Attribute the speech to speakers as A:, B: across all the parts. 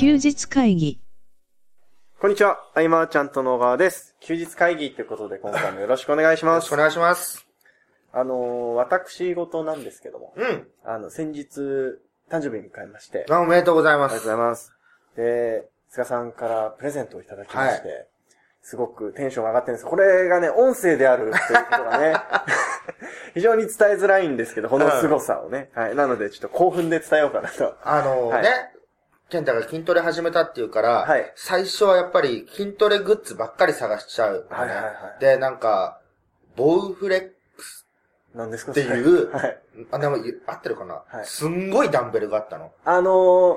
A: 日会議。
B: こんにちは、あいまーちゃんと野川です。休日会議ということで今回もよろしくお願いし
C: よろ
B: ま
C: し
B: す。
C: くお願いします。
B: あのー、私事なんですけども、
C: うん。
B: あの、先日、誕生日迎えまして、あり
C: あおめでとうございま
B: がとうご
C: す。
B: ざいます。で、菅さんからプレゼントをいただきまして、すごくテンション上がってるんです。これがね、音声であるっていうこと がね、非常に伝えづらいんですけど、この凄さをね、はい。なので、ちょっと興奮で伝えようかなと。
C: あの
B: はい
C: ね、健太が筋トレ始めたっていうから、
B: はい
C: 最初はやっぱり筋トレグッズばっかり探しちゃう、
B: はいはいはい
C: で、なんか、ボウフレックス
B: 何ですか
C: っていう
B: はい。
C: あ、でも、合ってるかな、
B: はい
C: すんごいダンベルがあったの。
B: あのー、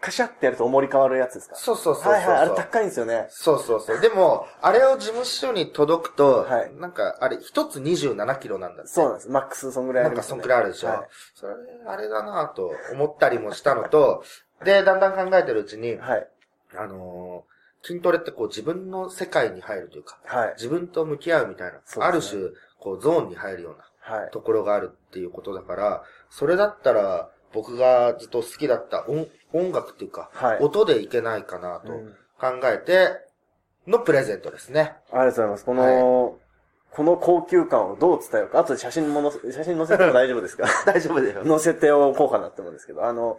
B: カシャってやると重り変わるやつですか
C: そうそうそうそう。
B: はいはい、あれ高いんですよね。
C: そうそうそう。でも、あれを事務所に届くと、
B: はい
C: なんか、あれ、一つ27キロなんだって
B: そうなんです。マックスそんぐらいあ
C: なん
B: り
C: か
B: ます、
C: そ
B: ね。
C: んくらいあるでしょ。
B: はい
C: それ、あれだなぁと思ったりもしたの と、で、だんだん考えてるうちに、
B: はい。
C: あのー筋トレってこう自分の世界に入るというか、
B: はい。
C: 自分と向き合うみたいな、
B: そう
C: あ
B: で
C: る
B: すね
C: 種、こうゾーンに入るような
B: はい。
C: ところがあるっていうことだから、それだったら僕がずっと好きだった音音楽っていうか、
B: はい
C: 音でいけないかなと
B: うん
C: 考えてのプレゼントですね。
B: ありがとうございます。この、この高級感をどう伝えようか。あとで写真ものせ、写真載せても 大丈夫ですか
C: 大丈夫でしょ
B: 載せておこうかなって思うんですけど、あの、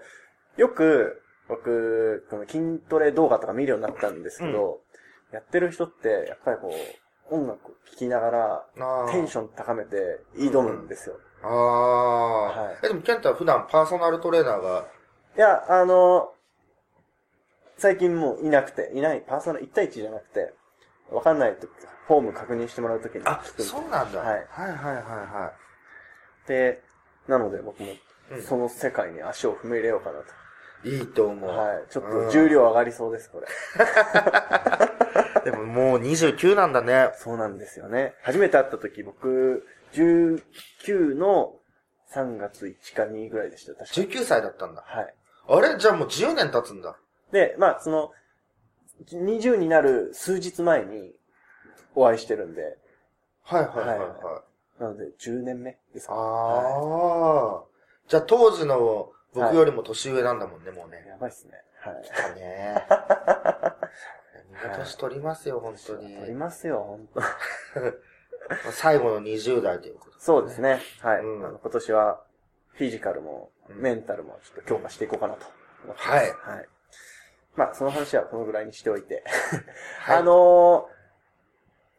B: よく、僕、この筋トレ動画とか見るようになったんですけど、やってる人って、やっぱりこう、音楽聴きながら、テンション高めて挑むんですよ。
C: ああ、
B: はい
C: え、でも、ケンタは普段パーソナルトレーナーが、
B: いや、あの、最近もういなくて、いない、パーソナル1対1じゃなくて、わかんないと、フォーム確認してもらうときに
C: あ
B: 聞、く
C: そうなんだ。
B: はい
C: はいはいはいは
B: で、なので僕も
C: うん、
B: その世界に足を踏み入れようかなと。
C: い。いいと思う。
B: はい。ちょっと重量上がりそうです、これ。
C: でももう29なんだね。
B: そうなんですよね。初めて会った時、僕、19の3月1か2ぐらいでした、確かに。
C: 19歳だったんだ。
B: はい。
C: あれじゃあもう10年経つんだ。
B: で、まあ、その、20になる数日前にお会いしてるんで、
C: はいはいはいはい。
B: はいなので10年目です
C: あ
B: か
C: あ、じゃあ当時の僕よりも年上なんだもんね、もうね。
B: やばいっすね。はい。
C: だね。 みんな年取りますよ、本当に。
B: 取りますよ、本当。
C: 最後の20代ということ。
B: そうですね。はい。
C: うん
B: あの今年は、フィジカルも、
C: うん
B: メンタルも、ちょっと強化していこうかなと思ってます。
C: はい
B: はい。まあ、その話はこのぐらいにしておいて。
C: はい
B: あの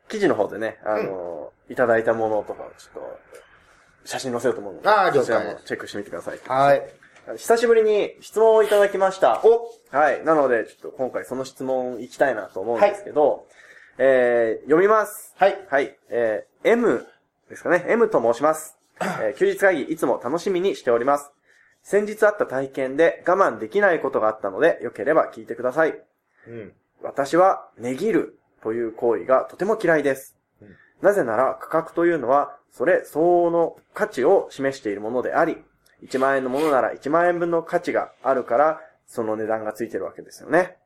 B: ー、記事の方でね、あのーいただいたものとかをちょっと、写真載せようと思うので、
C: あー了解
B: そちらもチェックしてみてください。
C: はい。
B: 久しぶりに質問をいただきました。
C: お
B: はい。なので、ちょっと今回その質問いきたいなと思うんですけど、えー、読みます。
C: はい。
B: はい。えー、M ですかね。M と申します。えー休日会議いつも楽しみにしております。先日あった体験で我慢できないことがあったので、よければ聞いてください。
C: うん。
B: 私は、値切るという行為がとても嫌いです。
C: うん
B: なぜなら、価格というのは、それ相応の価値を示しているものであり、1万円のものなら1万円分の価値があるから、その値段がついてるわけですよね。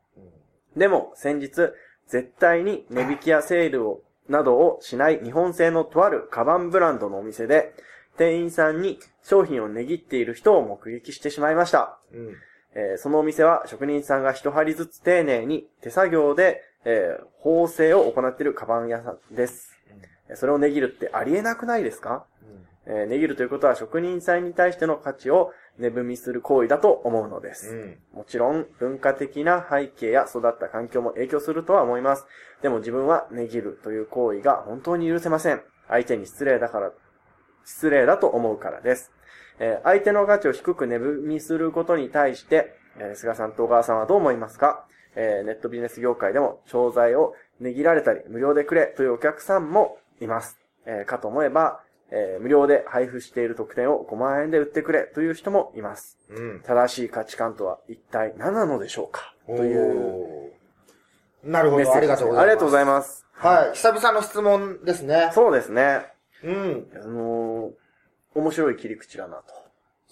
B: でも、先日、絶対に値引きやセールを、などをしない日本製のとあるカバンブランドのお店で、店員さんに商品を値切っている人を目撃してしまいました。
C: うん。
B: えーそのお店は職人さんが一針ずつ丁寧に手作業で、えー縫製を行っているカバン屋さんです。えーそれを値切るってありえなくないですか、
C: うん。
B: えー値切るということは職人さんに対しての価値を値踏みする行為だと思うのです。
C: うん。
B: もちろん、文化的な背景や育った環境も影響するとは思います。でも自分は値切るという行為が本当に許せません。相手に失礼だから、失礼だと思うからです。えー相手の価値を低く値踏みすることに対して、えー菅さんと小川さんはどう思いますか、えーネットビジネス業界でも商材を値切られたり、無料でくれというお客さんもいます。えーかと思えば、えー無料で配布している特典を5万円で売ってくれという人もいます。
C: うん。
B: 正しい価値観とは一体何なのでしょうかという
C: いう。なるほ
B: メッセー
C: ど、あ
B: ジ
C: り
B: で
C: が
B: す
C: とう
B: ね、あ
C: ございます。
B: りがとうございます。
C: はい、久々の質問ですね。
B: そうですね。
C: うん。
B: あのー、面白い切り口だなと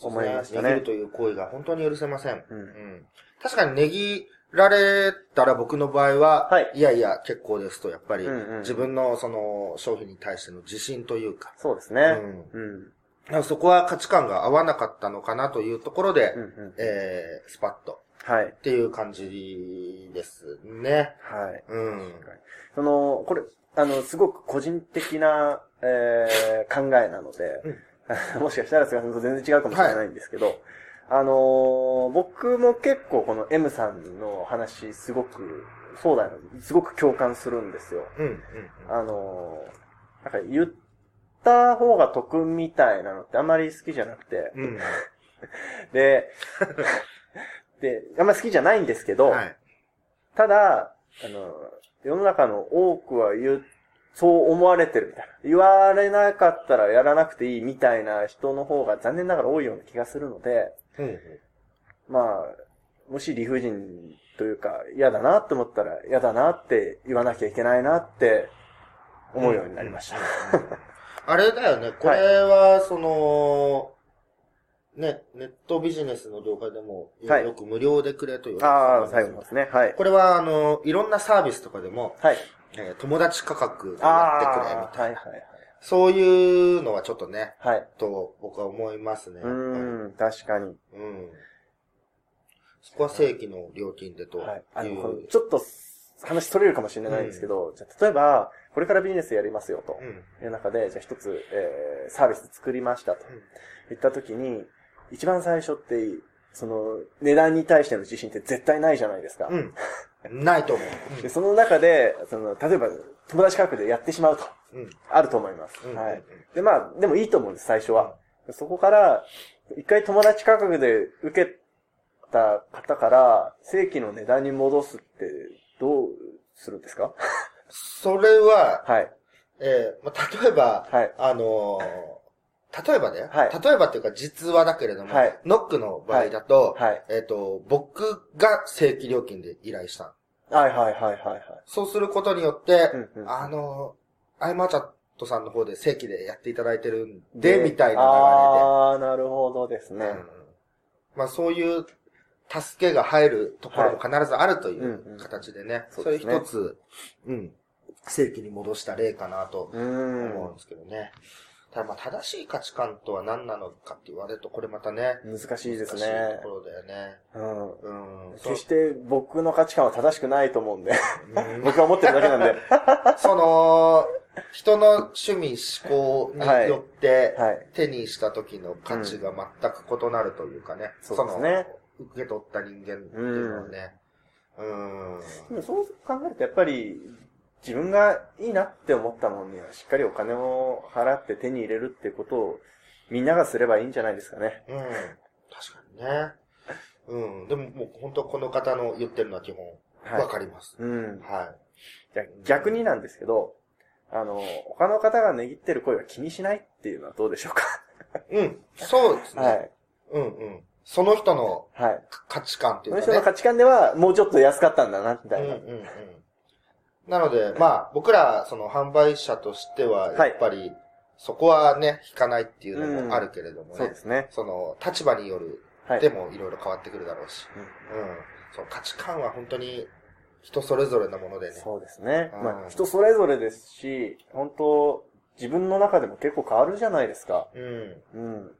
B: 思いました
C: 値切る
B: ね。
C: という行為が本当に許せません。
B: うん
C: ん確かに値切られたら僕の場合は、
B: はい
C: いやいや、結構ですと、やっぱり、
B: うんうん
C: 自分のその商品に対しての自信というか、
B: そうですね。うん。
C: なんかそこは価値観が合わなかったのかなというところで、
B: うんうん
C: えー、スパッと
B: はい。
C: っていう感じですね。
B: はい。
C: うん。
B: その、これ、あの、すごく個人的な、えー考えなので、 もしかしたら菅さんと全然違うかもしれないんですけど、あのー僕も結構この M さんの話、すごく、そうだよ、すごく共感するんですよ。
C: うん。うん。
B: あのーなんか言った方が得みたいなのってあんまり好きじゃなくて、
C: うん。
B: で、で、あんまり好きじゃないんですけど、
C: はい。
B: ただ、あの、世の中の多くは言う、そう思われてるみたいな。言われなかったらやらなくていいみたいな人の方が残念ながら多いような気がするので、
C: うん。
B: まあ、もし理不尽というか、嫌だなって思ったら、嫌だなって言わなきゃいけないなって思うようになりました。
C: あれだよね、これは、その、ね、ネットビジネスの動画でも、
B: はい
C: よく無料でくれという。
B: ああ、最後ですね。はい。
C: これは、あの、いろんなサービスとかでも、
B: はい。
C: えー友達価格で
B: あ
C: やってくれ、みたい
B: あ、
C: な。
B: はいはい
C: そういうのはちょっとね、
B: はい。はい。
C: と僕は思いますね。
B: うーん、確かに。
C: うんそこは正規の料金でという。
B: はい。あの、このちょっと話取れるかもしれないんですけど、じゃあ例えば、これからビジネスやりますよと
C: うん
B: いう中で、じゃあ一つ、えーサービス作りましたと
C: うん
B: 言った時に、一番最初って、その、値段に対しての自信って絶対ないじゃないですか。
C: うん。ないと思う。
B: でその中で、その、例えば、友達価格でやってしまうと、
C: うん。うん
B: あると思います。
C: うん
B: は
C: うん
B: い。で、まあ、でもいいと思うんです、最初は。そこから、一回友達価格で受けた方から、正規の値段に戻すって、どうするんですか
C: それは、
B: はい。
C: えーまあ、例えば、
B: はい
C: あのー例えばね、
B: はい
C: 例えばっていうか実話だけれども、
B: はい
C: ノックの場合だと、
B: はい。
C: えっ、と、僕が正規料金で依頼した。
B: はいはいはいはいはい。
C: そうすることによって、
B: うんうん
C: あのー、アイマーチャットさんの方で正規でやっていただいてるんで、みたいな流
B: ああ、なるほどですね
C: れで、。うんまあそういう助けが入るところも必ずあるとい
B: うんう
C: うん形でね、
B: そう
C: それ
B: ですね
C: 一つ、うん、正規に戻した例かなと
B: う
C: 思うんですけどね。ただまあ正しい価値観とは何なのかって言われると、これまたね、
B: ん。難しいですね。
C: 難しいところだよね。
B: うん。
C: うん。そ
B: 決して僕の価値観は正しくないと思うんで、僕は思ってるだけなん で。
C: その、人の趣味思考に
B: はい
C: よって
B: はい。
C: 手にした時の価値が全く異なるというかね。
B: そうですね
C: その受け取った人間っていうのはね。うん。
B: でもそう考えるとやっぱり自分がいいなって思ったものにはしっかりお金を払って手に入れるってことをみんながすればいいんじゃないですかね。
C: うん。確かにね。うん。でももう本当この方の言ってるのは基本
B: はい。
C: わかります。
B: うん。
C: は
B: じゃあ逆になんですけど、あの、他の方が値切ってる声は気にしないっていうのはどうでしょうか。
C: い。うん。そうですね。
B: はい。
C: うんうん。その人の
B: はい。
C: か価値観ってい
B: そうの
C: か
B: 人の
C: ね。
B: 価値観ではもうちょっと安かったんだな、みた
C: うん
B: い
C: う
B: な。
C: んうん。なので、まあ、僕ら、その販売者としては、や
B: はい
C: っぱり、そこはね、引かないっていうのもあるけれども
B: そう
C: ね
B: で。すね。
C: その、立場による、
B: はい。
C: でもいろいろ変わってくるだろうし。
B: うん
C: うん。そう、価値観は本当に、人それぞれのものでね。
B: そうですね。
C: うん
B: まあ人それぞれですし、本当自分の中でも結構変わるじゃないですか。
C: うん。うん
B: うん。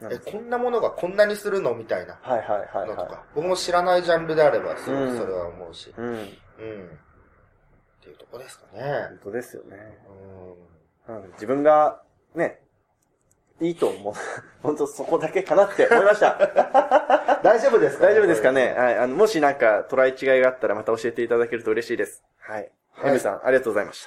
B: なん
C: え、
B: です
C: こんなものがこんなにするのみたいな
B: はいはいはい
C: のと
B: は
C: か。僕も知らないジャンルであれば、すご
B: う
C: く
B: ん
C: それは思うし。
B: い。うん。
C: うん。っていうとこですかね
B: 本。当ですよね。
C: うん。
B: うん、自分が、ね、いいと思う。 本当そこだけかなって思いました。
C: 大丈夫です
B: 大丈夫ですかねはい。あの、もしなんかトライ違いがあったらまた教えていただけると嬉しいです。はい。
C: はい
B: M さん、ありがとうございまし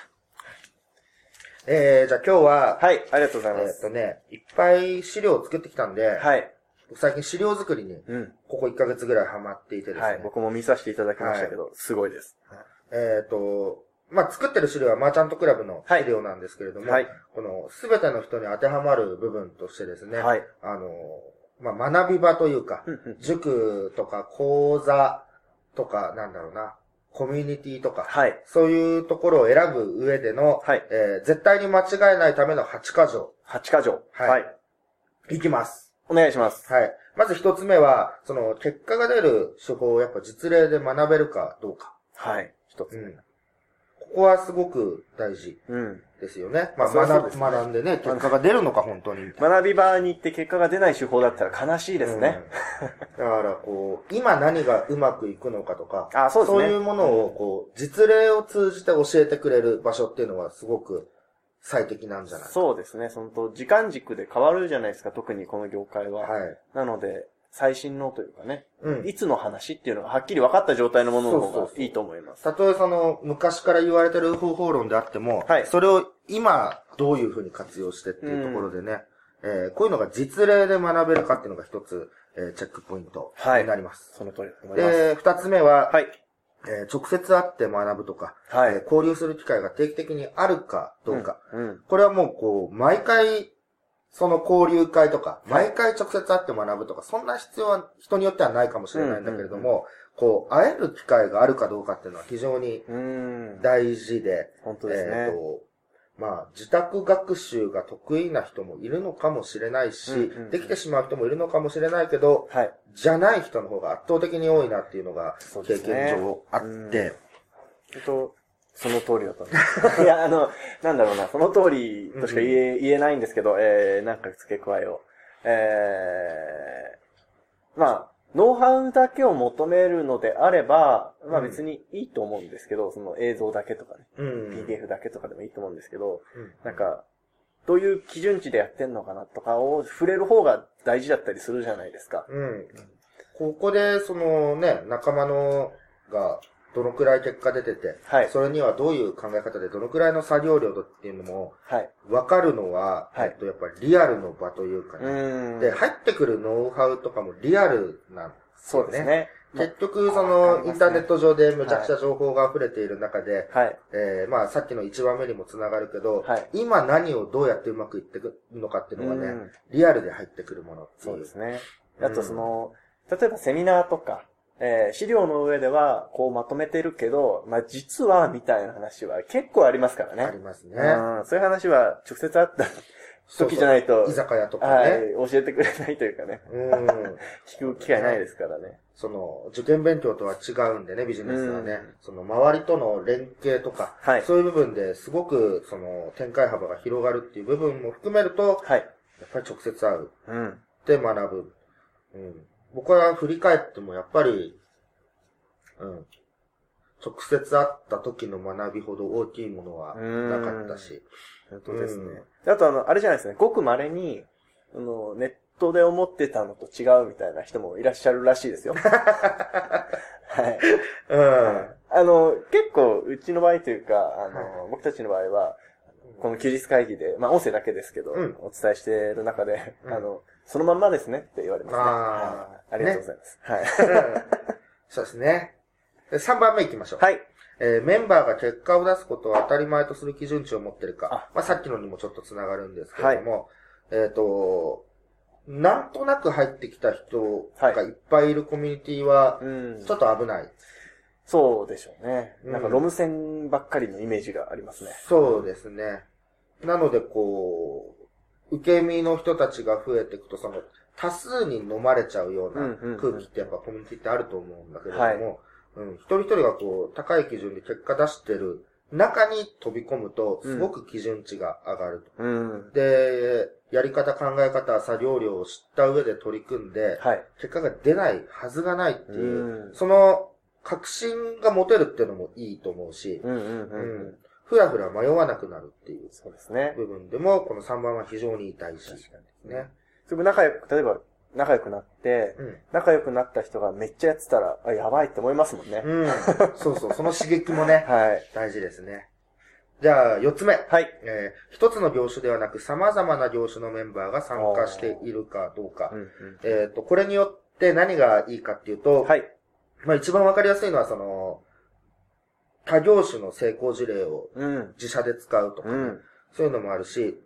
C: えー、じゃあ今日は、
B: た。はい、ありがとうございま
C: えーっ
B: す。
C: とね、いっぱい資料を作ってきたんで、
B: はい。
C: 僕最近資料作りに、
B: うん。
C: ここ1ヶ月ぐらいハマっていてですね、
B: はい。僕も見させていただきましたけど、すごいです。
C: えーっと、まあ、作ってる資料はマーチャントクラブの資料なんですけれども、
B: はい
C: この全ての人に当てはまる部分としてですね、
B: はい。
C: あの、まあ、学び場というか、
B: うんうん
C: 塾とか講座とか、なんだろうな、コミュニティとか、
B: はい。
C: そういうところを選ぶ上での、
B: はい
C: えー絶対に間違えないための8箇条、
B: 8か条。
C: はい
B: はい。
C: いきます。
B: お願いします。
C: はい。まず一つ目は、その、結果が出る手法をやっぱ実例で学べるかどうか。
B: はい。一
C: う
B: つ。
C: ん。ここはすごく大事。
B: うん。
C: ですよね。まあ、
B: まあそう
C: 学
B: ですね
C: 学んでね、結果が出るのか、本当に。みたいな
B: 学び場に行って結果が出ない手法だったら悲しいですね。
C: うん。だから、こう、今何がうまくいくのかとか、
B: あそうですね
C: いうものを、こう、実例を通じて教えてくれる場所っていうのは、すごく最適なんじゃないか
B: そうですね。そのと、時間軸で変わるじゃないですか、特にこの業界は。
C: はい。
B: なので、最新のというかね、
C: うん。
B: いつの話っていうのがはっきり分かった状態のものの
C: そう
B: 方
C: そうそ
B: がいいと思います。
C: たとえその、昔から言われてる方法論であっても、
B: はい
C: それを今、どういうふうに活用してっていうところでね、えーこういうのが実例で学べるかっていうのが一つ、えーチェックポイント
B: はい
C: になります。
B: その通りだと思います。
C: で、二つ目は、
B: はい。
C: えー直接会って学ぶとか、
B: は
C: えー
B: い。
C: 交流する機会が定期的にあるかどうか、
B: うん。
C: これはもうこう、毎回、その交流会とか、毎回直接会って学ぶとか、そんな必要は人によってはないかもしれないんだけれども、こう、会える機会があるかどうかっていうのは非常に
B: うん。うん
C: 大事で、
B: 本当ですね
C: っ。と、まあ、自宅学習が得意な人もいるのかもしれないし、
B: うんうんうん
C: できてしまう人もいるのかもしれないけど、
B: はい。
C: じゃない人の方が圧倒的に多いなっていうのが
B: そうで
C: 経
B: すね
C: 験上あって、
B: うんえっと、その通りだったん です。いや、あの、なんだろうな、その通りとしか言え,、言えないんですけど、えー、なんか付け加えを。えー、まあ、ノウハウだけを求めるのであれば、まあ
C: うん
B: 別にいいと思うんですけど、その映像だけとかね、
C: うん。
B: PDF だけとかでもいいと思うんですけど、
C: うん
B: なんか、どういう基準値でやってんのかなとかを触れる方が大事だったりするじゃないですか。
C: うん。ここで、そのね、仲間のが、どのくらい結果出てて、
B: はい
C: それにはどういう考え方で、どのくらいの作業量だっていうのも、
B: はい。
C: わかるのは、
B: はい
C: えっと、やっぱりリアルの場というか
B: う
C: ね。
B: ーん。
C: で、入ってくるノウハウとかもリアルなんです
B: そ
C: よ
B: うです。ね。
C: 結局、そ
B: わかりま
C: の、
B: すね
C: インターネット上でむちゃくちゃ情報が溢れている中で、
B: はい。
C: えーまあ、さっきの一番目にもつながるけど、
B: はい
C: 今何をどうやってうまくいってくのかっていうのがね、
B: うん
C: リアルで入ってくるものってい
B: そう
C: う
B: ですね。
C: うん
B: あとその、例えばセミナーとか、えー資料の上ではこうまとめてるけど、まあ実はみたいな話は結構ありますからね。
C: ありますね。
B: うん、そういう話は直接会った時じゃないと
C: そうそう居酒屋とか
B: は
C: ね。
B: い、教えてくれないというかね、
C: うん。
B: 聞く機会ないですからね。
C: その、受験勉強とは違うんでね、ビジネスはね。
B: うん
C: その、周りとの連携とか、
B: はい
C: そういう部分ですごく、その、展開幅が広がるっていう部分も含めると、
B: はい。
C: やっぱり直接会う
B: うん。
C: って学ぶ。うん。僕は振り返ってもやっぱり、うん。直接会った時の学びほど大きいものはなかったし。
B: 本当ですね。あとあの、あれじゃないですね、ごく稀に、あの、ネットで思ってたのと違うみたいな人もいらっしゃるらしい ですよ。はい。
C: うん。
B: あの、結構、うちの場合というか、あの、僕たちの場合は、この休日会議で、まあ、音声だけですけど、
C: うん
B: お伝えしている中で、
C: うん
B: あの、そのまんまですねって言われますね。
C: あ
B: はい
C: ー
B: ありがとうございます。
C: そうですね。3番目行きましょう。
B: はい。はい。
C: えーメンバーが結果を出すことを当たり前とする基準値を持ってるか
B: あ。
C: まあ、さっきのにもちょっと繋がるんですけれども、えっ、と、なんとなく入ってきた人がいっぱいいるコミュニティは、
B: うん
C: ちょ。っと危ない。
B: そうでしょうね。
C: うん
B: なんか、ロム線ばっかりのイメージがありますね。
C: そうですね。なので、こう、受け身の人たちが増えていくと、その、多数に飲まれちゃうよう
B: うんうんう
C: なん空気ってやっぱコミュニティってあると思うんだけれども、うん、一人一人がこう、高い基準で結果出してる中に飛び込むと、すごく基準値が上がると。
B: うん。
C: で、やり方、考え方、作業量を知った上で取り組んで、
B: はい。
C: 結果が出ないはずがないっていう
B: う、ん
C: その確信が持てるっていうのもいいと思うし、
B: うんうんうん。
C: う
B: うんん、
C: ふらふら迷わなくなるっていう
B: そうですね。
C: 部分でも、この3番は非常に大事ですね。
B: すごい仲良く、例えば、仲良くなって、
C: うん。
B: 仲良くなった人がめっちゃやってたら、あ、やばいって思いますもんね。
C: うん。 そうそう、その刺激もね、
B: はい。
C: 大事ですね。じゃあ、4つ目。
B: はい。
C: えー一つの業種ではなく、様々な業種のメンバーが参加しているかどうか。えっ、と、これによって何がいいかっていうと、
B: はい。
C: まあ一番わかりやすいのはその、他業種の成功事例を
B: うん。
C: 自社で使うとかね、
B: うん。
C: そういうのもあるし、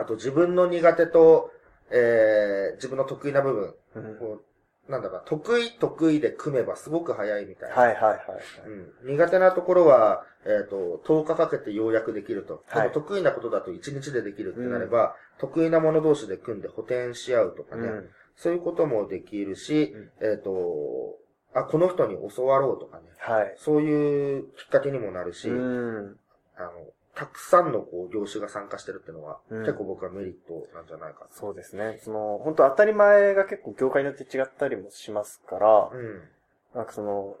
C: あと自分の苦手と、えー自分の得意な部分、
B: うん
C: こうなんだか、得意得意で組めばすごく早いみたいな。
B: はいはいはい。
C: うん、苦手なところは、えっ、と、10日かけてようやくできると。
B: はい
C: でも得意なことだと1日でできるってなれば、得意なもの同士で組んで補填し合うとかね。
B: うん
C: そういうこともできるし、
B: うん
C: えっ、と、あ、この人に教わろうとかね。
B: はい。
C: そういうきっかけにもなるし、
B: うん。
C: あの、たくさんのこう業種が参加してるっていうのは、
B: うん
C: 結構僕はメリットなんじゃないかと。
B: そうですね。その、本当当たり前が結構業界によって違ったりもしますから、
C: う
B: なんかその、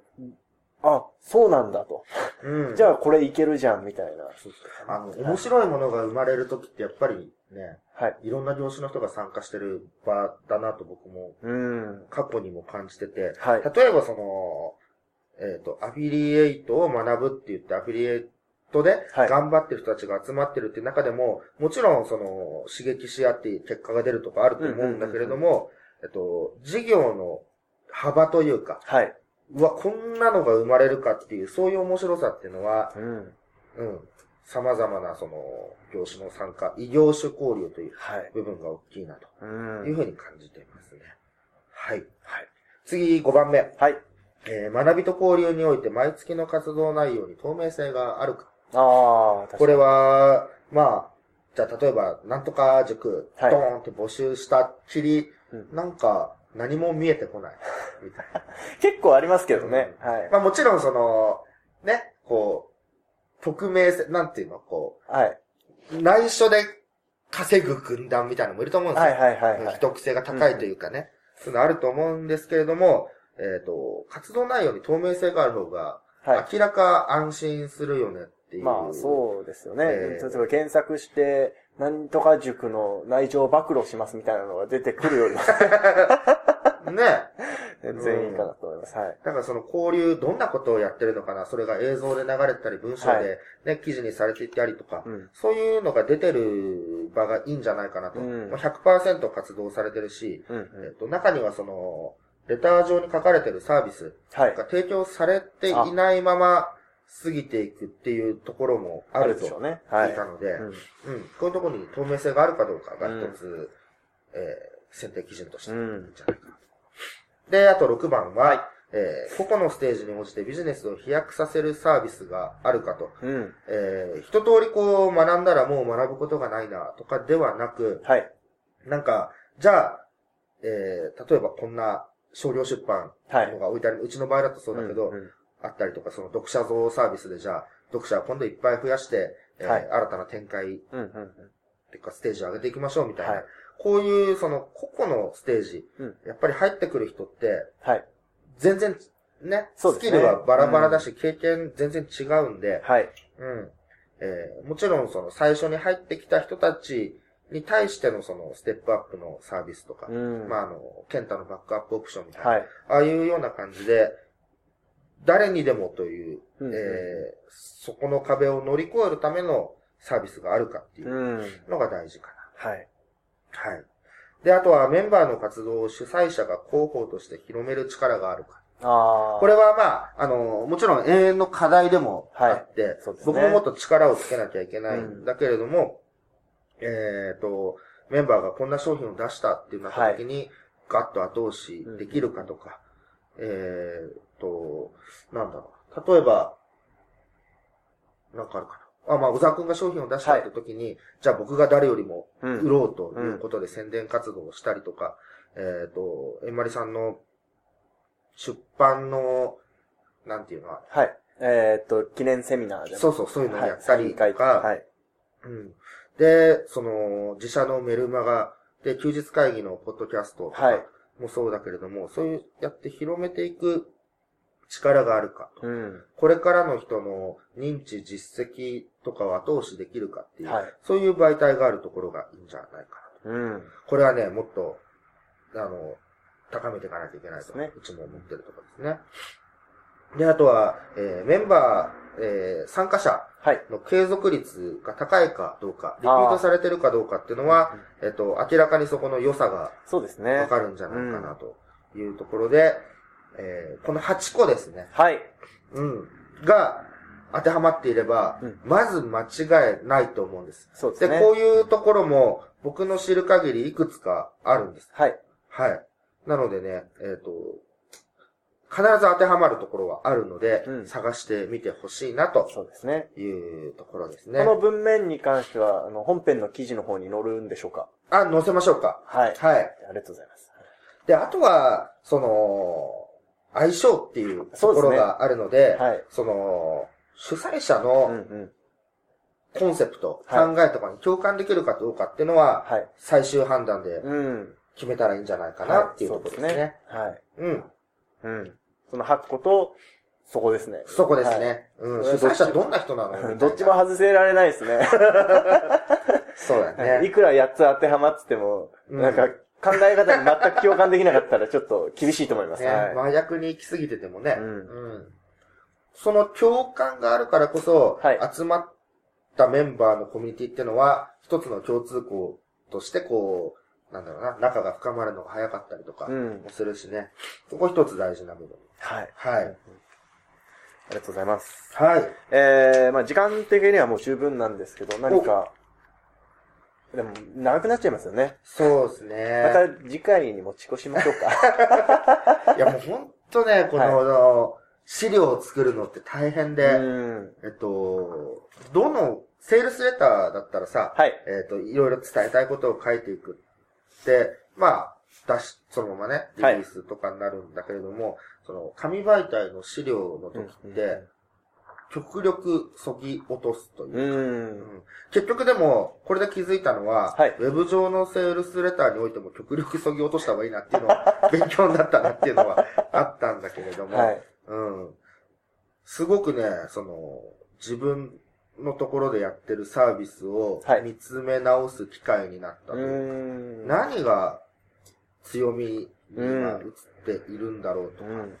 B: あ、そうなんだと。
C: ん。うん。
B: じゃあこれいけるじゃん、みたいな。
C: あの、面白いものが生まれるときってやっぱりね、
B: はい。
C: いろんな業種の人が参加してる場だなと僕も
B: うん。
C: 過去にも感じてて、
B: はい。
C: 例えばその、えっ、と、アフィリエイトを学ぶって言って、アフィリエイトで
B: はい
C: 頑張ってる人たちが集まってるっていう中でも、もちろんその、刺激し合って結果が出るとかあると思うんだけれども、えっと、事業の幅というか、
B: はい。
C: うわ、こんなのが生まれるかっていう、そういう面白さっていうのは、
B: うん。
C: うん、様々なその、業種の参加、異業種交流という
B: はい。
C: 部分が大きいなと
B: うん。
C: いうふうに感じていますね。はい。
B: はい。
C: 次、5番目。
B: はい。
C: えー学びと交流において毎月の活動内容に透明性があるか。
B: ああ、
C: これ
B: は、
C: は、まあ、じゃあ例えば、なんとか塾、
B: はい
C: ドーンって募集したっきり、
B: うん
C: なんか、何も見えてこない。 みたい
B: 結構ありますけどね。
C: う
B: はい
C: な。。まあもちろんその、ね、こう、匿名性、なんていうの、こ
B: はい。
C: う、内緒で稼ぐ軍団みたいなのもいると思うんです
B: は
C: よ。
B: いはいはいはい。
C: 秘匿性が高いというかね、そういうのあると思うんですけれども、えっ、と、活動内容に透明性がある方が、
B: はい。
C: 明らか安心するよねっていう。
B: まあ、そうですよね。
C: えー
B: 例えば検索して、なんとか塾の内情を暴露しますみたいなのが出てくるよりは
C: う。ね。
B: 全然いいかなと思います。はい。
C: だからその交流、どんなことをやってるのかな、それが映像で流れてたり、文章で、ね記事にされていたりとか、
B: うん。
C: そういうのが出てる場がいいんじゃないかなと。
B: うん
C: まあ100%活動されてるし、
B: うん、う
C: え
B: ん。
C: っと、中にはその、レター上に書かれてるサービス
B: はい。
C: が提供されていないまま過ぎていくっていうところもあると
B: でしょう
C: 聞
B: ね。はいい。
C: たので、
B: うん
C: うん、こういうところに透明性があるかどうかが一つ、えー選定基準としていいんじゃないかなと。で、あと6番は、えー個々のステージに応じてビジネスを飛躍させるサービスがあるかと。
B: うん。
C: えー一通りこう学んだらもう学ぶことがないなとかではなく、
B: はい。
C: なんか、じゃあ、えー例えばこんな少量出版
B: はい
C: の。が置いてある、うちの場合だとそうだけど、
B: うんうん
C: あったりとか、その読者像サービスでじゃあ、読者を今度いっぱい増やして、えー
B: はい
C: 新たな展開
B: うんうんうん
C: っていうか、ステージ上げていきましょうみたいな。
B: はい
C: こういう、その、個々のステージ、
B: うん
C: やっぱり入ってくる人って、
B: はい。
C: 全然、ね、
B: そう
C: ス
B: です
C: キ
B: ね
C: ルはバラバラだし、経験全然違うんで、
B: はい。
C: うん。えーもちろん、その、最初に入ってきた人たちに対しての、その、ステップアップのサービスとか、
B: うん。
C: まあ、あの、ケンタのバックアップオプションみたいな、
B: はい。
C: ああいうような感じで、誰にでもという、
B: うんうん
C: えーそこの壁を乗り越えるためのサービスがあるかっていう
B: うん。
C: のが大事かな。
B: はい。
C: はい。で、あとはメンバーの活動を主催者が広報として広める力があるか。
B: ああ。
C: これはまあ、あの、もちろん永遠の課題でもあって、
B: そうですね
C: 僕ももっと力をつけなきゃいけないんだけれども、えっ、と、メンバーがこんな商品を出したっていうなった時に、ガッと後押しできるかとか、えっ、と、なんだろう。例えば、なんかあるかな。あ、まあ、小沢くんが商品を出したって時に、じゃあ僕が誰よりも
B: うん、
C: 売ろうということで宣伝活動をしたりとか、えっ、と、えんまりさんの出版の、なんていうのは、
B: はい。えーっと、記念セミナーでも。
C: そうそう、そういうのを
B: は
C: や
B: い。
C: ったり
B: サイン
C: と
B: 会
C: か、
B: はい。
C: うん、で、その、自社のメルマガ、で、休日会議のポッドキャストと
B: は
C: か
B: い
C: もそうだけれども、そういう、やって広めていく力があるかと。
B: うん。
C: これからの人の認知、実績とかを後押しできるかっていう、
B: はい
C: そういう媒体があるところがいいんじゃないかなと。
B: うん。
C: これはね、もっと、あの、高めていかなきゃいけない
B: で
C: と、
B: すね
C: うちも思ってるところですね。で、あとは、えーメンバー、えー参加者
B: はい。
C: の継続率が高いかどうか、リピ
B: あー
C: ートされてるかどうかっていうのは、えっ、と、明らかにそこの良さが
B: そうです
C: わ
B: ね。
C: かるんじゃないかなというところで、えーこの8個ですね。
B: はい。
C: うん。が、当てはまっていれば、
B: うん
C: まず間違いないと思うんです。
B: そうです
C: で、
B: ね。
C: こういうところも、僕の知る限りいくつかあるんです。
B: はい。
C: はい。なのでね、えっ、と、必ず当てはまるところはあるので、
B: うん
C: 探してみてほしいなと
B: そうですね。
C: いうところです
B: こ
C: ね。
B: の文面に関しては、あの、本編の記事の方に載るんでしょうか
C: あ、載せましょうか。
B: はい。
C: はい。
B: ありがとうございます。
C: で、あとは、その、相性っていうところがあるので、
B: はい。
C: その、主催者
B: う
C: の
B: ん
C: コンセプト、
B: は
C: 考えとかに共感できるかどうかっていうのは、
B: はい。
C: 最終判断で
B: うん。
C: 決めたらいいんじゃないかなっていうところですね。
B: そうはい。
C: うん。
B: うん。その8個と、そこですね。
C: そこですね。
B: はい
C: うん。
B: それ
C: 主催者どんな人なのみたいな
B: どっちも外せられないですね。
C: そうだ
B: い
C: ね。
B: くら8つ当てはまってても、
C: うん
B: なんか考え方に全く共感できなかったらちょっと厳しいと思います。
C: ね
B: はい。
C: 麻薬に行き過ぎててもね。
B: うん
C: んその共感があるからこそ、
B: はい
C: 集まったメンバーのコミュニティってのは、一つの共通項として、こう、なんだろうな、仲が深まるのが早かったりとか
B: う
C: も
B: ん。
C: するしね。そこ一つ大事な部分。
B: はい。
C: は
B: あ
C: い。
B: りがとうございます。
C: はい。
B: えー、まあ時間的にはもう十分なんですけど、何か、でも、長くなっちゃいますよね。
C: そうです
B: ま
C: ね。
B: た次回に持ち越しましょうか。
C: いやもうほんとね、この、資料を作るのって大変で、
B: うん。
C: えっと、どの、セールスレターだったらさ、
B: はい。
C: えっと、いろいろ伝えたいことを書いていくって、まあ、出し、そのままね、リリ
B: はい
C: ースとかになるんだけれども、その、紙媒体の資料の時って、極力そぎ落とすという
B: う。ん。
C: うん結局でも、これで気づいたのは、
B: はい
C: ウェブ上のセールスレターにおいても極力そぎ落とした方がいいなっていう のは、勉強になったなっていうのはあったんだけれども、
B: はい。
C: うん。すごくね、その、自分のところでやってるサービスを
B: はい
C: 見つめ直す機会になったと
B: う
C: いう
B: ん。
C: か、何が強みに今映っているんだろうと
B: う
C: か、
B: ん。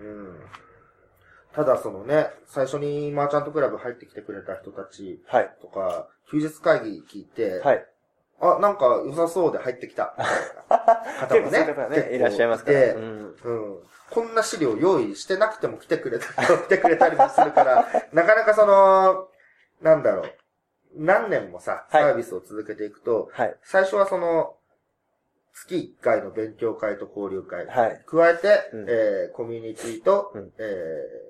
C: うんただそのね、最初にマーチャントクラブ入ってきてくれた人たち
B: はい。
C: とか、休日会議聞いて、
B: はい。
C: あ、なんか良さそうで入ってき た、みた
B: 結構そうい
C: いな方も
B: う
C: ね、
B: 方が
C: 結構
B: ね、いらっしゃいますか
C: て
B: ら。うん。
C: うんこんな資料用意してなくても来てくれた 来てくれたりもするから、なかなかその、なんだろう。何年もさ、サ
B: はい
C: ービスを続けていくと、
B: はい。
C: 最初はその、月1回の勉強会と交流会。
B: はい。
C: 加えて、
B: うん
C: えーコミュニティと、
B: うん
C: え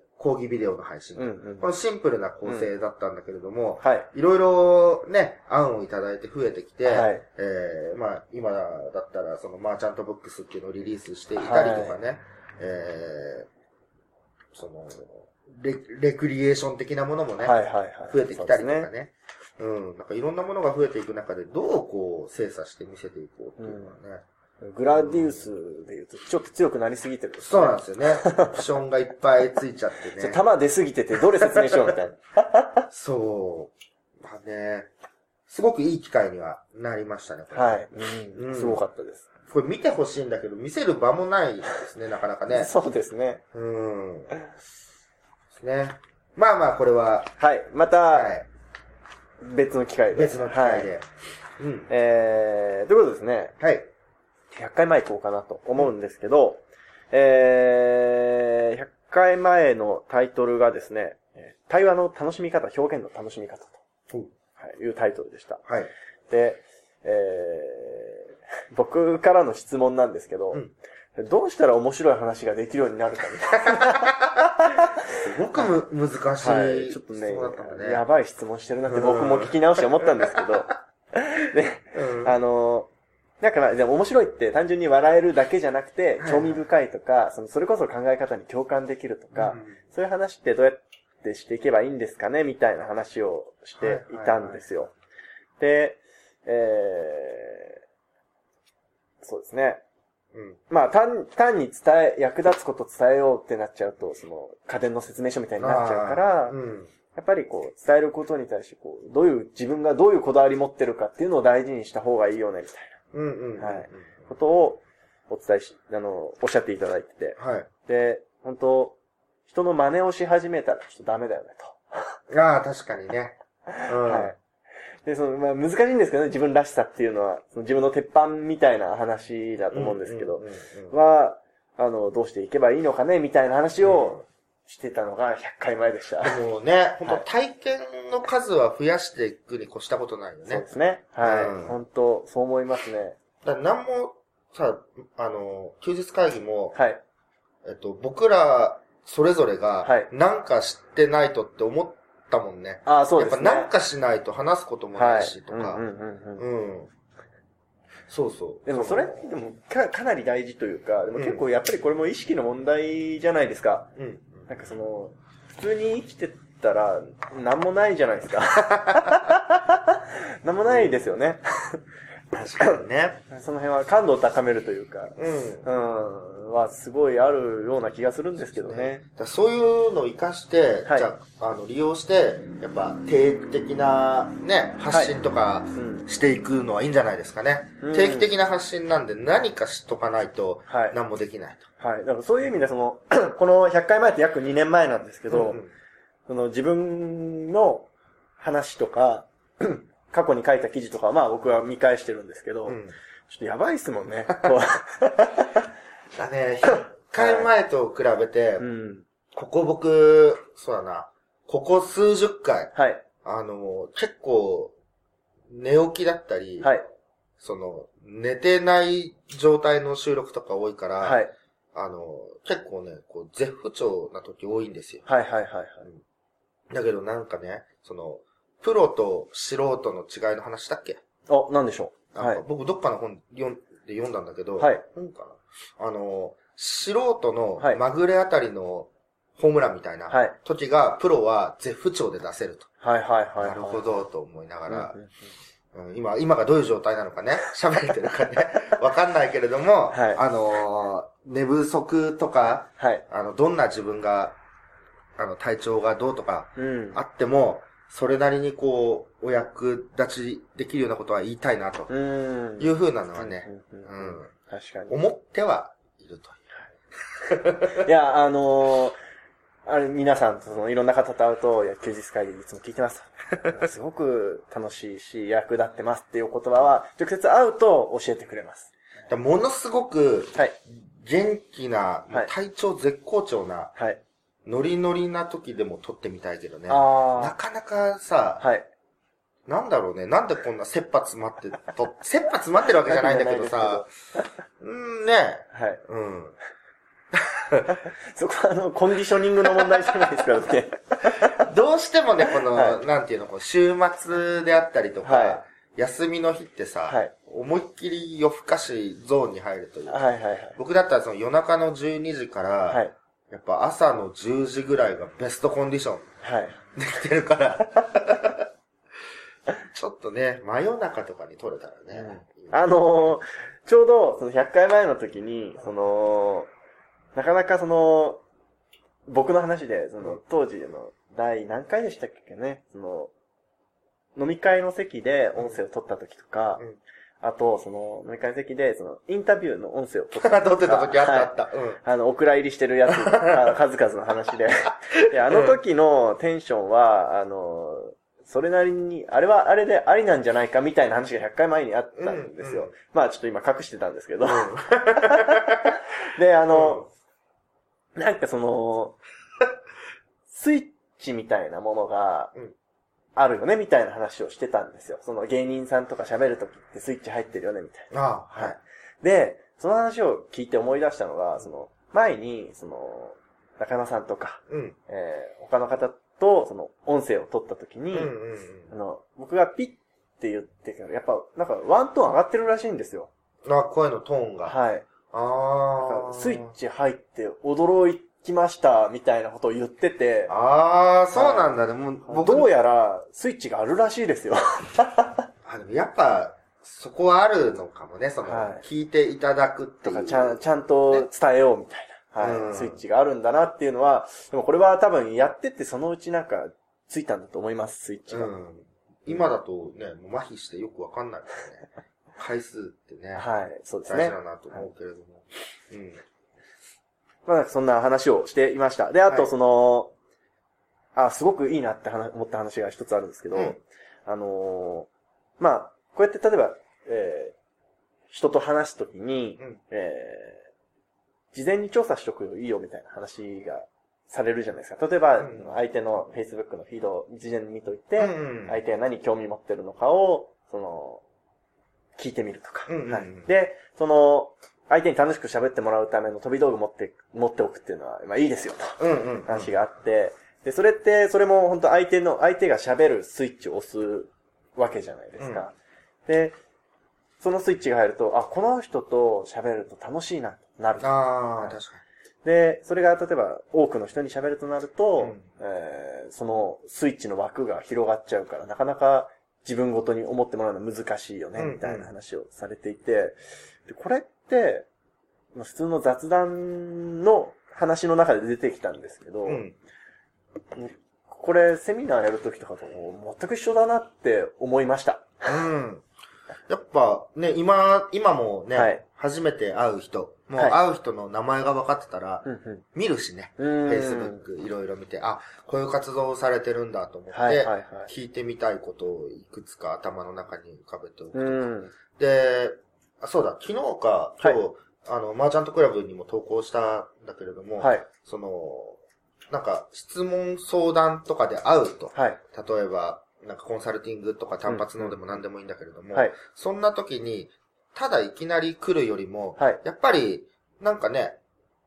C: ー講義ビデオの配信、
B: うんうん
C: こ。のシンプルな構成だったんだけれども、
B: はい。
C: いろいろね、案をいただいて増えてきて、
B: はい
C: えーまあ、今だったら、その、マーチャントボックスっていうのをリリースしていたりとかね、えーそのレ、レクリエーション的なものもね、
B: はいはいはい。
C: 増えてきたりと
B: そうで
C: か
B: す
C: ね。うん。なんかいろんなものが増えていく中で、どうこう精査して見せていこうっていうのはね。
B: ね。グラディウスで言うと、ちょっと強くなりすぎてる。
C: そうなんですよね。オプションがいっぱいついちゃ ってね。
B: 弾出すぎてて、どれ説明しようみた いな。
C: そう。まあね。すごくいい機会にはなりましたね。これ
B: はい。
C: う
B: うんん。すごかったです。
C: これ見てほしいんだけど、見せる場もないですね、なかなかね。
B: そうですね。
C: うん。ですね。まあまあ、これは、
B: はい。ま
C: は
B: た、
C: い。
B: 別の機会で。
C: 別の機会
B: はい。
C: で。うん。
B: えー、ということですね。
C: はい。
B: 100回前行こうかなと思うんですけど、えー、100回前のタイトルがですね、えー対話の楽しみ方、表現の楽しみ方と、はい、いうタイトルでした。
C: はい。
B: で、えー、 僕からの質問なんですけど、どうしたら面白い話ができるようになるかみたい
C: すごくむ、難し
B: な。はい
C: い
B: ちょっ
C: 質
B: とね
C: 問だったんだ
B: や
C: ね。
B: ばい質問してるなって僕も聞き直して思ったんですけど、 で、
C: うん
B: あのーだから、でも面白いって単純に笑えるだけじゃなくて
C: は、い
B: 興味深いとか、その、それこそ考え方に共感できるとか、
C: うん
B: そういう話ってどうやってしていけばいいんですかねみたいな話をしていたんですよ。で、えー、そうですね。
C: うん。
B: まあ、単、単に伝え、役立つこと伝えようってなっちゃうと、その、家電の説明書みたいになっちゃうから、
C: あーうん。
B: やっぱりこう、伝えることに対して、こう、どういう、自分がどういうこだわり持ってるかっていうのを大事にした方がいいよね、みたいな。
C: うんうんうん。
B: はいことをお伝えし、あの、おっしゃっていただいてて。
C: はい。
B: で、本当人の真似をし始めたらちょっとダメだよね、
C: ああ、確かにね。うん。
B: と。はい。で、その、まあ、難しいんですけどね、自分らしさっていうのは、その自分の鉄板みたいな話だと思うんですけど、
C: ううんうんうん
B: は、あの、どうしていけばいいのかね、みたいな話をしてたのが100回前でした。
C: でもね、本当
B: はい
C: 体験の数は増やしていくに越したことないよ
B: そう
C: ね
B: で。すね。はい。
C: うん
B: 本当そう思いますね。
C: だから何もさ、あの、休日会議も、
B: はい。
C: えっと、僕らそれぞれ
B: は
C: が
B: い、
C: なんか知ってないとって思ったもんね。
B: ああ、そう
C: や
B: で
C: っ
B: す
C: ぱ
B: ね。
C: なんかしないと話すこともないしと
B: はい。
C: か
B: う。んうんうんうん
C: うん。そうそう。
B: でもそれ
C: の
B: でもかかなり大事というか、でも
C: うん
B: 結構やっぱりこれも意識の問題じゃないですか。
C: うん。
B: なんかその、普通に生きてったら、なんもないじゃないですか。 なんもないですよね。
C: 確かにね。
B: その辺は感度を高めるというか、
C: うん。
B: うん、はすごいあるような気がするんですけどね。
C: だからそういうのを活かして、
B: はい
C: じゃあ、あの、利用して、やっぱ、定期的なね、発信とか
B: う
C: していくのはいいんじゃないですかね。
B: うん
C: 定期的な発信なんで何かしとかないと
B: はい、
C: 何もできない
B: はい。だからそういう意味で、その、 この100回前って約2年前なんですけ
C: と。
B: ど、
C: うん
B: その自分の話とか、 過去に書いた記事とかは、まあ僕は見返してるんですけど、
C: う
B: ちょ
C: ん。
B: っとやばいっすもんね。 こ
C: だね、100回前と比べて
B: う、うん。
C: ここ僕、そうだな、ここ数十回、
B: はい。
C: あの、結構、寝起きだったり、
B: はい。
C: その、寝てない状態の収録とか多いから、
B: はい。
C: あの、結構ね、こう、絶不調な時多いんですよ。
B: はいはいはいはい。
C: だけどなんかね、その、プロと素人の違いの話だっけ
B: あ、なんでしょう。
C: な
B: は
C: んか
B: い。
C: 僕どっかの本読んで読んだんだけど、
B: はい
C: 本かなあの、素人の
B: はい
C: まぐれあたりのホームランみたいな
B: はい
C: 時が、プロは絶不調で出せると。
B: はいはいはいはい。
C: なるほどと思いなが
B: うん。
C: ら
B: う、ん
C: うん今、今がどういう状態なのかね、 喋れてるかね、 わかんないけれども、
B: はい
C: あのー、寝不足とか、
B: はい。
C: あの、どんな自分が、あの、体調がどうとか、
B: うん。
C: あっても、それなりにこう、お役立ちできるようなことは言いたいな、と
B: うん。
C: いうふうなのはね、
B: うん
C: う
B: うんうん
C: ん、
B: 確かに。
C: 思ってはいると
B: いや、あのーあれ、皆さん、その、いろんな方と会うと、いや、休日会議いつも聞いてます。すごく楽しいし、役立ってますっていう言葉は、直接会うと教えてくれます。
C: だからものすごく、
B: はい。
C: 元気な、も
B: は
C: う
B: い
C: 体調絶好調な、
B: はい。
C: ノリノリな時でも撮ってみたいけどね。な
B: あ
C: かなかさ
B: あ。、はい。
C: なんだろうね、なんでこんな切羽詰まって、と、 切羽詰まってるわけじゃないんだけどさ、うんね、
B: はい。
C: うん。
B: そこは、あの、コンディショニングの問題じゃないですからね。
C: どうしてもね、この、
B: は
C: なんていうの、こう週末であったりとか、
B: は
C: 休みの日ってさ、
B: はい
C: 思いっきり夜更かしゾーンに入るというか。
B: はいはいはい。
C: 僕だったらその夜中の12時から、
B: はい。
C: やっぱ朝の10時ぐらいがベストコンディション
B: はい。
C: できてるから。 ちょっとね、真夜中とかに撮れたらね。
B: あのーちょうど、その100回前の時に、その、なかなかその、僕の話で、その、当時の、第何回でしたっけね、その、飲み会の席で音声を取った時とか、
C: うん
B: あと、その、飲み会の席で、その、インタビューの音声を取った時とか
C: 撮ってた時あったあ
B: はい
C: った。うん。
B: あの、お蔵入りしてるやつ、あの数々の話 で。で、あの時のテンションは、あの、それなりに、あれはあれでありなんじゃないかみたいな話が100回前にあったんですよ。
C: うんうん
B: まあちょっと今隠してたんですけど。 で、あの、なんかその、スイッチみたいなものが
C: うん、
B: あるよねみたいな話をしてたんですよ。その芸人さんとか喋るときってスイッチ入ってるよねみたいな。
C: ああ、
B: は
C: はいい。。
B: で、その話を聞いて思い出したのが、その、前に、その、中野さんとか、
C: うん。
B: えー他の方と、その、音声を取った時に、
C: うんうんうん。
B: あの、僕がピッって言ってから、やっぱ、なんか、ワントーン上がってるらしいんですよ。
C: あ、声のトーンが。
B: はい。なんか
C: ああ。
B: スイッチ入って、驚きました、みたいなことを言ってて、
C: ああ、そうなんだね。もう、僕
B: どうやら、スイッチがあるらしいですよ。
C: あ、でもやっぱ、そこはあるのかもね、その、
B: はい
C: 聞いていただくっ
B: と
C: ていう。
B: か、ちゃん、ちゃんと伝えようみたいな、はい、
C: うん
B: スイッチがあるんだなっていうのは、でもこれは多分やってってそのうちなんか、ついたんだと思います、スイッチ
C: う
B: が。
C: ん。今だとね、もう麻痺してよくわかんないですね。回数ってね、
B: はい、そうです
C: 大事
B: ね。
C: だなと思うけれども。うん。
B: まあ、なんかそんな話をしていました。で、あ
C: は
B: と
C: い
B: その、あ、すごくいいなって話思った話が一つあるんですけど、
C: うん
B: あのーまあ、こうやって例えば、えー人と話すときに、
C: うん
B: えー事前に調査しとくよいいよみたいな話がされるじゃないですか。例えば、
C: うん
B: 相手の Facebook のフィードを事前に見といて、
C: うん
B: 相手が何興味持ってるのかを、その、聞いてみるとか。
C: うんうんうん
B: はいで、その、相手に楽しく喋ってもらうための飛び道具持って、持っておくっていうのは、まあいいですよ、と
C: うんうんうん。
B: 話があって、で、それって、それも本当相手の、相手が喋るスイッチを押すわけじゃないですか。で、そのスイッチが入ると、あ、この人と喋ると楽しいな、なる。
C: ああ、確か
B: で、それが例えば多くの人に喋るとなると、
C: うん
B: えーそのスイッチの枠が広がっちゃうから、なかなか自分ごとに思ってもらうのは難しいよね、
C: うん
B: みたいな話をされていて、でこれって、まあ普通の雑談の話の中で出てきたんですけど、
C: うん。
B: これセミナーやるときとかと全く一緒だなって思いました。
C: うん。やっぱね、今、今もね、
B: はい
C: 初めて会う人、もう
B: はい
C: 会う人の名前が分かってたら、
B: うんうん
C: 見るしね、
B: うーん
C: Facebook いろいろ見て、あ、こういう活動をされてるんだと思って、
B: はいはいはい。
C: 聞いてみたいことをいくつか頭の中に浮かべておく。
B: うん。
C: で、あそうだ、昨日か、今日、
B: は
C: あの、マーチャントクラブにも投稿したんだけれども、
B: はい。
C: その、なんか、質問相談とかで会うと、
B: はい。
C: 例えば、なんかコンサルティングとか単発のでも何でもいいんだけれども、
B: はい。
C: そんな時に、ただいきなり来るよりも、
B: はい。
C: やっぱり、なんかね、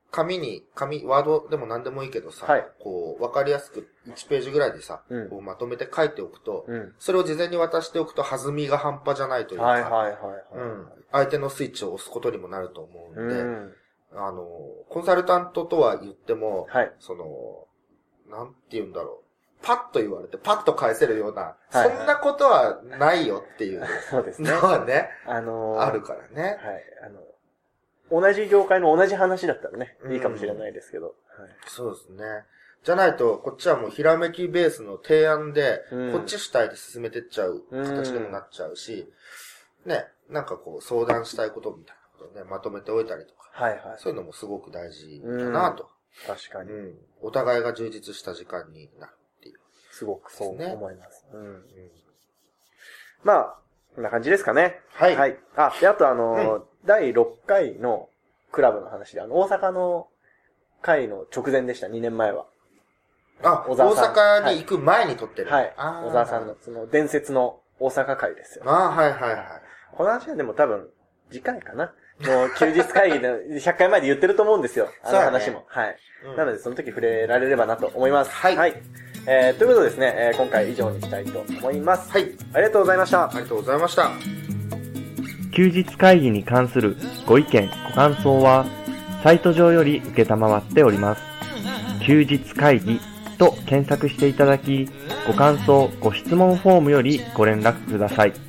C: 紙に、紙、ワードでも何でもいいけどさ、
B: はい
C: こう、わかりやすく1ページぐらいでさ、
B: うん
C: こうまとめて書いておくと、
B: うん。
C: それを事前に渡しておくと弾みが半端じゃないというか、
B: はいはいはい。
C: うん、相手のスイッチを押すことにもなると思う
B: うん
C: で、
B: ん。
C: あの、コンサルタントとは言っても、
B: はい。
C: その、なんて言うんだろう。パッと言われて、パッと返せるような、
B: はい
C: そんなことはないよっていう
B: そうですね
C: の。はね、
B: あのー
C: あるからね。
B: はい。あの、同じ業界の同じ話だったらね
C: う、ん
B: いいかもしれないですけど。
C: そうですね。じゃないと、こっちはもうひらめきベースの提案で、
B: うん
C: こっち主体で進めてっちゃう形にもなっちゃうし、ね、なんかこう相談したいことみたいなことをね、まとめておいたりとか、
B: はい。はいはい。
C: そういうのもすごく大事だなと。
B: 確か
C: う
B: に。
C: ん。お互いが充実した時間になるっていう。
B: すごくそう
C: ですね
B: 思います。うん。
C: うん
B: まあ、こんな感じですかね。
C: はい。
B: はい。あ、で、あとあのー、第6回のクラブの話で、あの、大阪の会の直前でした、2年前は。
C: あ、
B: 小沢さん
C: 大阪に行く前に撮ってる。
B: はい。
C: あー
B: 小沢さんの、。その、伝説の大阪会ですよ。
C: ああ、はいはいはい。
B: この話はでも多分、次回かな。もう、休日会議で100回 前で言ってると思うんですよ。あの
C: そうだね
B: 話も。はい。
C: うん
B: なので、その時触れられればなと思います。
C: はい
B: えーということでですね、えー今回以上にしたいと思います。
C: はい。
B: ありがとうございました
C: あ。りがとうございました。
A: 休日会議に関するご意見、ご感想は、サイト上より受けたまわっております。休日会議と検索していただき、ご感想、ご質問フォームよりご連絡ください。